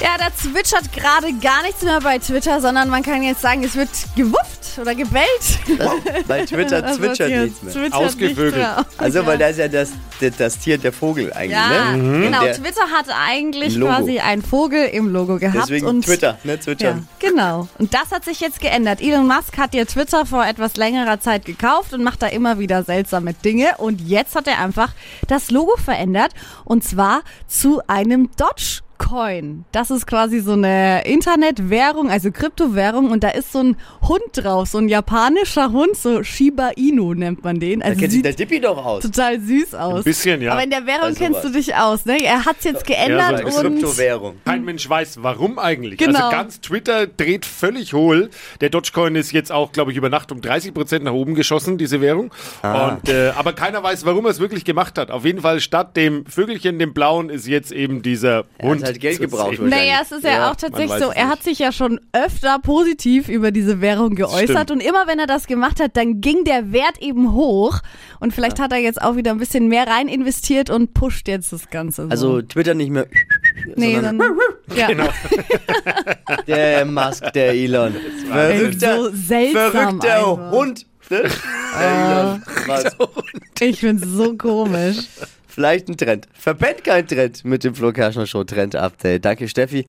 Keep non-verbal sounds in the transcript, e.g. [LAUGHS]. Ja, da zwitschert gerade gar nichts mehr bei Twitter, sondern man kann jetzt sagen, es wird gewupft oder gebellt. [LAUGHS] Bei Twitter Das zwitschert passiert. nichts mehr. Also, Zwitschert Ausgevögelt. nichts mehr. Also, weil da ist ja das, das, das Tier der Vogel eigentlich, Ja, ne? Und genau. Der, Twitter hat eigentlich Logo. quasi einen Vogel im Logo gehabt. deswegen und Twitter, ne? Ja, Zwitschern. genau. Und das hat sich jetzt geändert. Elon Musk hat ja Twitter vor etwas längerer Zeit gekauft und macht da immer wieder seltsame Dinge. Und jetzt hat er einfach das Logo verändert. Und zwar zu einem Dogecoin. Das ist quasi so eine Internetwährung, also Kryptowährung und da ist so ein Hund drauf, so ein japanischer Hund, so Shiba Inu nennt man den. Da Also kennt sich sieht der Dippy doch aus. total süß aus. Ein bisschen, ja. Aber in der Währung Also kennst du was. dich aus, ne? Er hat's jetzt geändert Ja, so ein und Kryptowährung. Hm. Kein Mensch weiß, warum eigentlich. Genau. Also ganz Twitter dreht völlig hohl. Der Dogecoin ist jetzt auch, glaube ich, über Nacht um 30 Prozent nach oben geschossen, diese Währung. Ah. Und, äh, aber keiner weiß, warum er es wirklich gemacht hat. Auf jeden Fall statt dem Vögelchen, dem Blauen, ist jetzt eben dieser Hund. halt Geld zu gebraucht sehen. wahrscheinlich. Naja, es ist ja, Ja, auch tatsächlich man weiß so, es er nicht. hat sich ja schon öfter positiv über diese Währung geäußert stimmt. und immer wenn er das gemacht hat, dann ging der Wert eben hoch und vielleicht hat er jetzt auch wieder ein bisschen mehr rein investiert und pusht jetzt das Ganze. So. Also, Twitter nicht mehr, Genau. nee, sondern dann, [LAUGHS] ja. Genau. der Musk, [LAUGHS] der Elon. So seltsam verrückter einfach. Ah. Hund, ne? Der Elon. Was? [LAUGHS] Ich find's so komisch. Vielleicht ein Trend. Verpennt kein Trend mit dem Flo Kerschner Show Trend Update. Danke, Steffi.